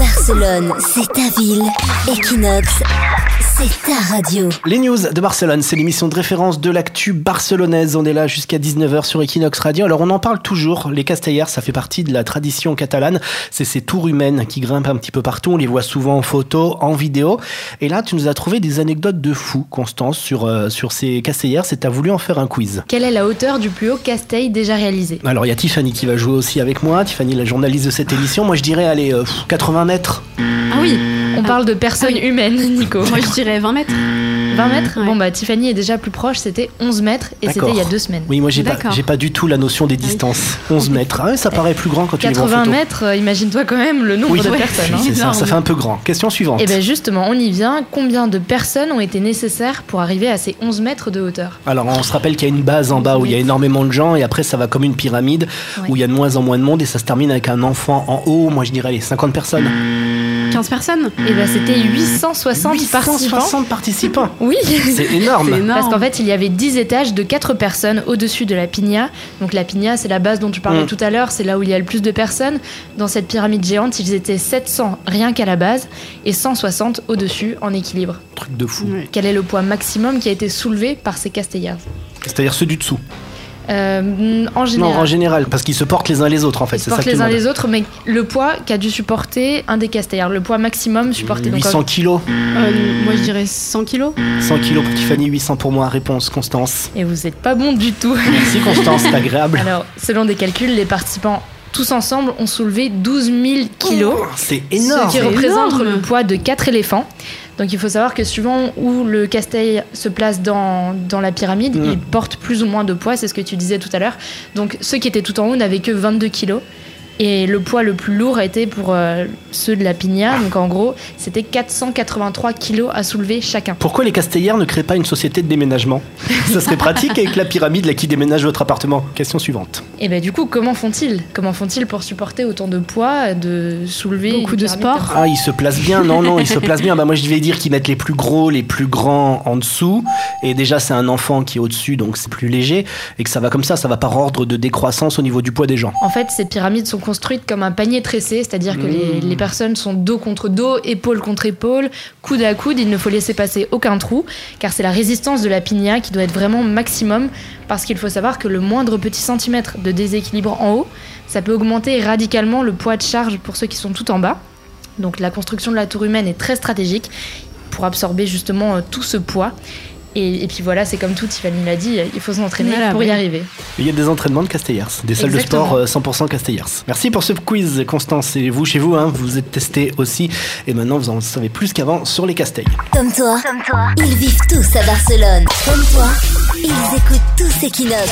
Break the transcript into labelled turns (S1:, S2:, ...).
S1: Barcelone, c'est ta ville. Equinox, c'est ta radio.
S2: Les news de Barcelone, c'est l'émission de référence de l'actu barcelonaise. On est là jusqu'à 19h sur Equinox Radio. Alors on en parle toujours, les castellers, ça fait partie de la tradition catalane. C'est ces tours humaines qui grimpent un petit peu partout. On les voit souvent en photo, en vidéo. Et là, tu nous as trouvé des anecdotes de fou, Constance, sur, euh, sur ces castellers. C'est t'as voulu en faire un quiz.
S3: Quelle est la hauteur du plus haut castell déjà réalisé
S2: Alors il y a Tiffany qui va jouer aussi avec moi. Tiffany, la journaliste de cette émission. Moi je dirais, allez, euh, pff, 80 mètres.
S3: Ah oui, on parle de personnes humaines, Nico.
S4: Ah Moi, je dirais 20 mètres.
S3: 20 mètres
S4: Ouais.
S3: Bon bah Tiffany est déjà plus proche, c'était 11 mètres et
S2: D'accord.
S3: c'était il y a deux semaines.
S2: Oui, moi j'ai pas,
S4: D'accord.
S2: j'ai pas du tout la notion des distances. 11 mètres. Ah ouais, ça paraît plus grand quand tu les vois en
S3: 80
S2: photo.
S3: mètres, euh, imagine-toi quand même le nombre
S2: Oui,
S3: de
S2: ouais,
S3: personnes. hein. Eh ben,
S2: c'est ça, ça
S4: Énorme.
S2: fait un peu grand. Question suivante.
S3: Et bien justement, on y vient. Combien de personnes ont été nécessaires pour arriver à ces 11 mètres de hauteur
S2: Alors on se rappelle qu'il y a une base en bas où il y a énormément de gens et après ça va comme une pyramide
S3: Ouais.
S2: où il y a de moins en moins de monde et ça se termine avec un enfant en haut, moi je dirais les 50 personnes.
S3: Mmh.
S4: 15 personnes
S3: Et bien Eh ben, c'était 860 participants.
S2: 860 participants.
S3: Oui
S2: C'est énorme.
S4: C'est énorme.
S3: Parce qu'en fait, il y avait 10 étages de 4 personnes au-dessus de la pigna. Donc la pigna, c'est la base dont tu parlais
S2: Mm.
S3: tout à l'heure, c'est là où il y a le plus de personnes. Dans cette pyramide géante, ils étaient 700 rien qu'à la base et 160 au-dessus en équilibre.
S2: Truc de fou.
S4: Ouais.
S3: Quel est le poids maximum qui a été soulevé par ces castellers
S2: C'est-à-dire ceux du dessous.
S3: Euh, En général.
S2: Non, en général, parce qu'ils se portent les uns les autres en fait.
S3: Ils
S2: C'est ça
S3: portent
S2: tout le
S3: les uns
S2: monde.
S3: les autres, mais le poids qu'a dû supporter un des castellers, le poids maximum supporté. Donc,
S2: 800 kilos.
S4: Euh, moi, je dirais 100 kilos.
S2: 100 kilos pour Tiffany, 800 pour moi. Réponse, Constance.
S3: Et vous êtes pas bon du tout.
S2: Merci Constance, c'est agréable.
S3: Alors, selon des calculs, les participants tous ensemble ont soulevé 12 000 kilos.
S2: C'est énorme.
S3: Ce qui
S4: C'est
S3: représente
S4: énorme.
S3: le poids de 4 éléphants. Donc il faut savoir que suivant où le castel se place dans, dans la pyramide,
S2: Mm.
S3: il porte plus ou moins de poids, c'est ce que tu disais tout à l'heure. Donc ceux qui étaient tout en haut n'avaient que 22 kilos. Et le poids le plus lourd a été pour euh, ceux de la pigna. Donc en gros, c'était 483 kilos à soulever chacun.
S2: Pourquoi les Castellers ne créent pas une société de déménagement Ça serait pratique avec la pyramide là qui déménage votre appartement. Question suivante.
S3: Et ben du coup, comment font-ils Comment font-ils pour supporter autant de poids, de soulever
S4: Beaucoup
S3: une
S4: de
S3: pyramide
S4: sport.
S3: comme ça
S2: Ah, ils se placent bien. Non, non, ils se placent bien. Bah, moi, je vais dire qu'ils mettent les plus gros, les plus grands en dessous. Et déjà, c'est un enfant qui est au-dessus, donc c'est plus léger. Et que ça va comme ça, ça va par ordre de décroissance au niveau du poids des gens.
S3: En fait, ces pyramides sont construites comme un panier tressé, c'est-à-dire que les, les personnes sont dos contre dos, épaule contre épaule, coude à coude. Il ne faut laisser passer aucun trou, car c'est la résistance de la pigna qui doit être vraiment maximum, parce qu'il faut savoir que le moindre petit centimètre de déséquilibre en haut, ça peut augmenter radicalement le poids de charge pour ceux qui sont tout en bas. Donc la construction de la tour humaine est très stratégique pour absorber justement euh, tout ce poids. Et, et puis voilà, c'est comme tout, Tiffany l'a dit, il faut s'entraîner
S4: Voilà,
S3: pour y
S4: oui.
S3: arriver.
S2: Il y a des entraînements de Castellers, des salles
S3: Exactement.
S2: de sport euh, 100% Castellers. Merci pour ce quiz, Constance. Et vous, chez vous, hein, vous êtes testé aussi. Et maintenant, vous en savez plus qu'avant sur les Castells.
S1: Comme toi, ils vivent tous à Barcelone. Comme toi, ils écoutent tous Equinox.